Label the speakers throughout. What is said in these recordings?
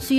Speaker 1: 需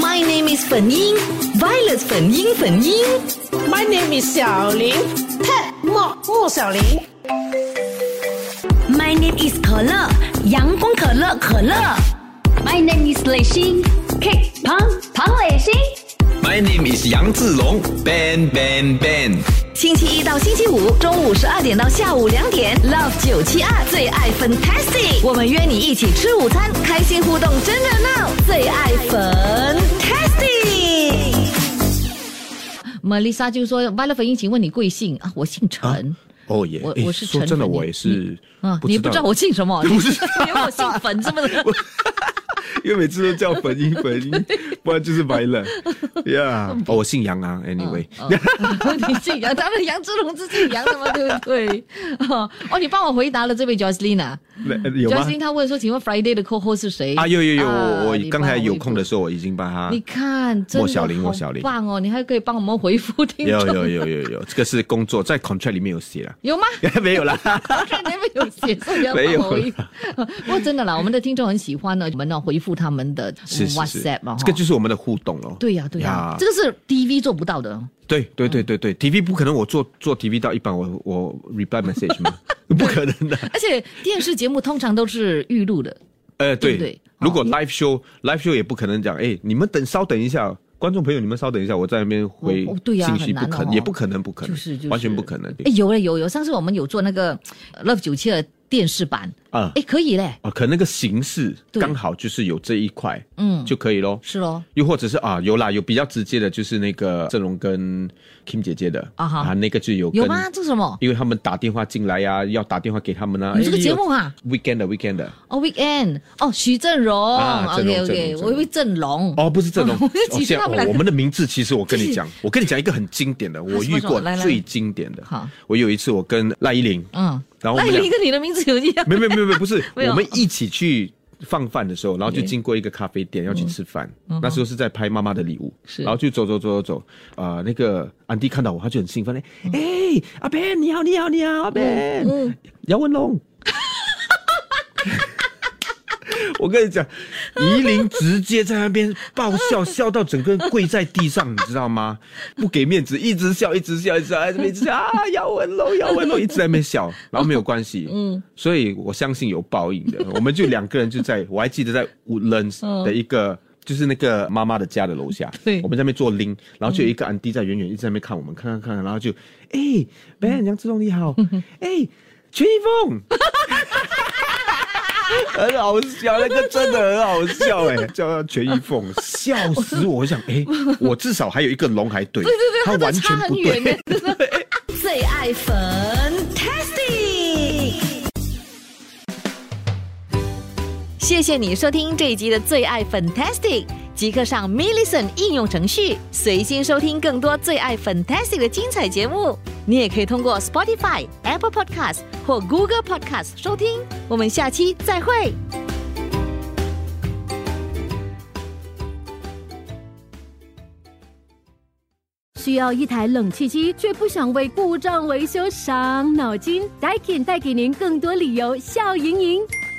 Speaker 2: My name is 粉英，Violet 粉英粉英。
Speaker 3: My name is 小林，Pat 莫莫小林。
Speaker 2: My name is 可乐，阳光可乐可乐。
Speaker 4: My name is 磊鑫，Kate 庞庞磊鑫。
Speaker 5: My name is 杨志龙，Ben Ben Ben。
Speaker 2: 星期一到星期五中午十二点到下午两点，Love 九七二最爱 Fantastic，我们约你一起吃午餐，开心互动真热闹，最爱 Fantastic。
Speaker 6: Melissa 就说 v i o l e t 粉英，请问你贵姓啊？我姓陈。
Speaker 5: 哦耶！
Speaker 6: 我
Speaker 5: 诶
Speaker 6: 我是
Speaker 5: 说
Speaker 6: 陈
Speaker 5: 真的，
Speaker 6: 粉
Speaker 5: 我
Speaker 6: 你
Speaker 5: 也是
Speaker 6: 啊，你不知道我姓什 么？
Speaker 5: 不是
Speaker 6: 连我姓粉什么的，
Speaker 5: 因为每次都叫粉英粉英，不然就是 Violet。Yeah，哦，我姓杨啊。Anyway，
Speaker 6: 哦 你姓杨，他们杨志龙是姓杨的嘛，对不对？ 哦，哦你帮我回答了这位 Jocelyn 啊
Speaker 5: 那有吗？
Speaker 6: ，Jocelyn 他问说，请问 Friday 的 co host 是谁？
Speaker 5: 啊，有有有，
Speaker 6: 啊
Speaker 5: 我我
Speaker 6: 你
Speaker 5: 刚
Speaker 6: 帮
Speaker 5: 才有
Speaker 6: 回
Speaker 5: 空
Speaker 6: 复
Speaker 5: 的时候，我已经把它。
Speaker 6: 你看，真的
Speaker 5: 啊莫小玲
Speaker 6: 好
Speaker 5: 莫小玲
Speaker 6: 棒哦！你还可以帮我们回复听
Speaker 5: 有
Speaker 6: 众，
Speaker 5: 有有有有，这个是工作，在 contract 里面有写了，
Speaker 6: 有吗？
Speaker 5: 没有啦。
Speaker 6: 看你们有写作要
Speaker 5: 没有
Speaker 6: 帮我回复。 不过真的啦，我们的听众很喜欢呢，我们呢回复他们的
Speaker 5: 是是是
Speaker 6: WhatsApp 嘛，
Speaker 5: 这个
Speaker 6: 哈
Speaker 5: 就是我们的互动咯。
Speaker 6: 对呀对呀
Speaker 5: 呀，
Speaker 6: 这个是 DV 做不到的。
Speaker 5: 对对对对对，TV 不可能我做做 TV 到一半我我 reply message 嘛，不可能的。
Speaker 6: 而且电视节目通常都是预录的，
Speaker 5: 呃，
Speaker 6: 对不
Speaker 5: 对，
Speaker 6: 对哦
Speaker 5: 如果 live show live show 也不可能讲，哎，你们等稍等一下，观众朋友你们稍等一下，我在那边回
Speaker 6: 哦哦对呀
Speaker 5: 信息，
Speaker 6: 很难
Speaker 5: 不
Speaker 6: 哦
Speaker 5: 可能，也不可能，不可能，
Speaker 6: 就是就是
Speaker 5: 完全不可能。
Speaker 6: 哎，有了有有，上次我们有做那个呃 Love 九七的电视版，
Speaker 5: 啊
Speaker 6: 哎，可以嘞，
Speaker 5: 啊，可能那个形式
Speaker 6: 对
Speaker 5: 刚好就是有这一块，
Speaker 6: 嗯
Speaker 5: 就可以咯。
Speaker 6: 是咯，
Speaker 5: 又或者是啊，有啦，有比较直接的，就是那个郑容跟 Kim 姐姐的
Speaker 6: 啊哈
Speaker 5: 那个就有跟
Speaker 6: 有吗？这是什么？
Speaker 5: 因为他们打电话进来呀、要打电话给他们啊。
Speaker 6: 你这个
Speaker 5: 哎
Speaker 6: 节目啊
Speaker 5: 有，Weekend 的 Weekend 的，
Speaker 6: 哦，Weekend，哦，徐正荣
Speaker 5: 啊正
Speaker 6: ，OK
Speaker 5: 荣正
Speaker 6: OK，
Speaker 5: 荣
Speaker 6: 我以为郑龙，
Speaker 5: 哦，不是这种，
Speaker 6: 我
Speaker 5: 哦
Speaker 6: 就其实
Speaker 5: 现在
Speaker 6: 他们两
Speaker 5: 哦
Speaker 6: 个啊
Speaker 5: 我们的名字其实我跟你讲，我跟你讲一个很经典的，我
Speaker 6: 什么
Speaker 5: 遇
Speaker 6: 什么
Speaker 5: 过
Speaker 6: 来来
Speaker 5: 最经典的
Speaker 6: 好。
Speaker 5: 我有一次我跟赖依林，
Speaker 6: 嗯，
Speaker 5: 然后我
Speaker 6: 那
Speaker 5: 们俩
Speaker 6: 你跟你的名字有一样，
Speaker 5: 没有没有没有没有不是，
Speaker 6: 没有
Speaker 5: 我们一起去放饭的时候，然后就经过一个咖啡店要去吃饭，那时候是在拍妈妈的礼物，
Speaker 6: 嗯是
Speaker 5: 然后就走走走走走，啊，那个安迪看到我，他就很兴奋嘞，
Speaker 6: 嗯
Speaker 5: 哎，阿 Ben 你好你好你好阿
Speaker 6: 哦
Speaker 5: Ben，姚
Speaker 2: 嗯
Speaker 5: 文龙。 我跟你讲，怡琳直接在那边爆笑，笑到整个人跪在地上，你知道吗？不给面子，一直笑，一直笑，一直笑，一直笑啊！姚文龙，姚文龙一直在那边笑，然后没有关系，嗯，所以我相信有报应的。我们就两个人就在，我还记得在 Woodlands 的一个。就是那个妈妈的家的楼下，
Speaker 6: 对
Speaker 5: 我们在那边做拎，然后就有一个安迪在远远一直在那边看我们，看看看看，然后就，哎、Ben 杨志忠你好，哎、全一 峰，很好笑，那个真的很好笑哎、叫他全一凤，笑死我！我想，哎、我至少还有一个龙还对，对对
Speaker 6: 他
Speaker 5: 他完全
Speaker 6: 差很
Speaker 5: 不
Speaker 6: 远
Speaker 5: 对。
Speaker 6: 呢。
Speaker 2: 最爱 Fantastic。谢谢你收听这一集的最爱 Fantastic，即刻上 m i l l i c e n t 应用程序，随心收听更多最爱 Fantastic 的精彩节目。你也可以通过 Spotify、Apple Podcast 或 Google Podcast 收听。我们下期再会。
Speaker 1: 需要一台冷气机，却不想为故障维修伤脑筋？Daikin 带给您更多理由笑盈盈。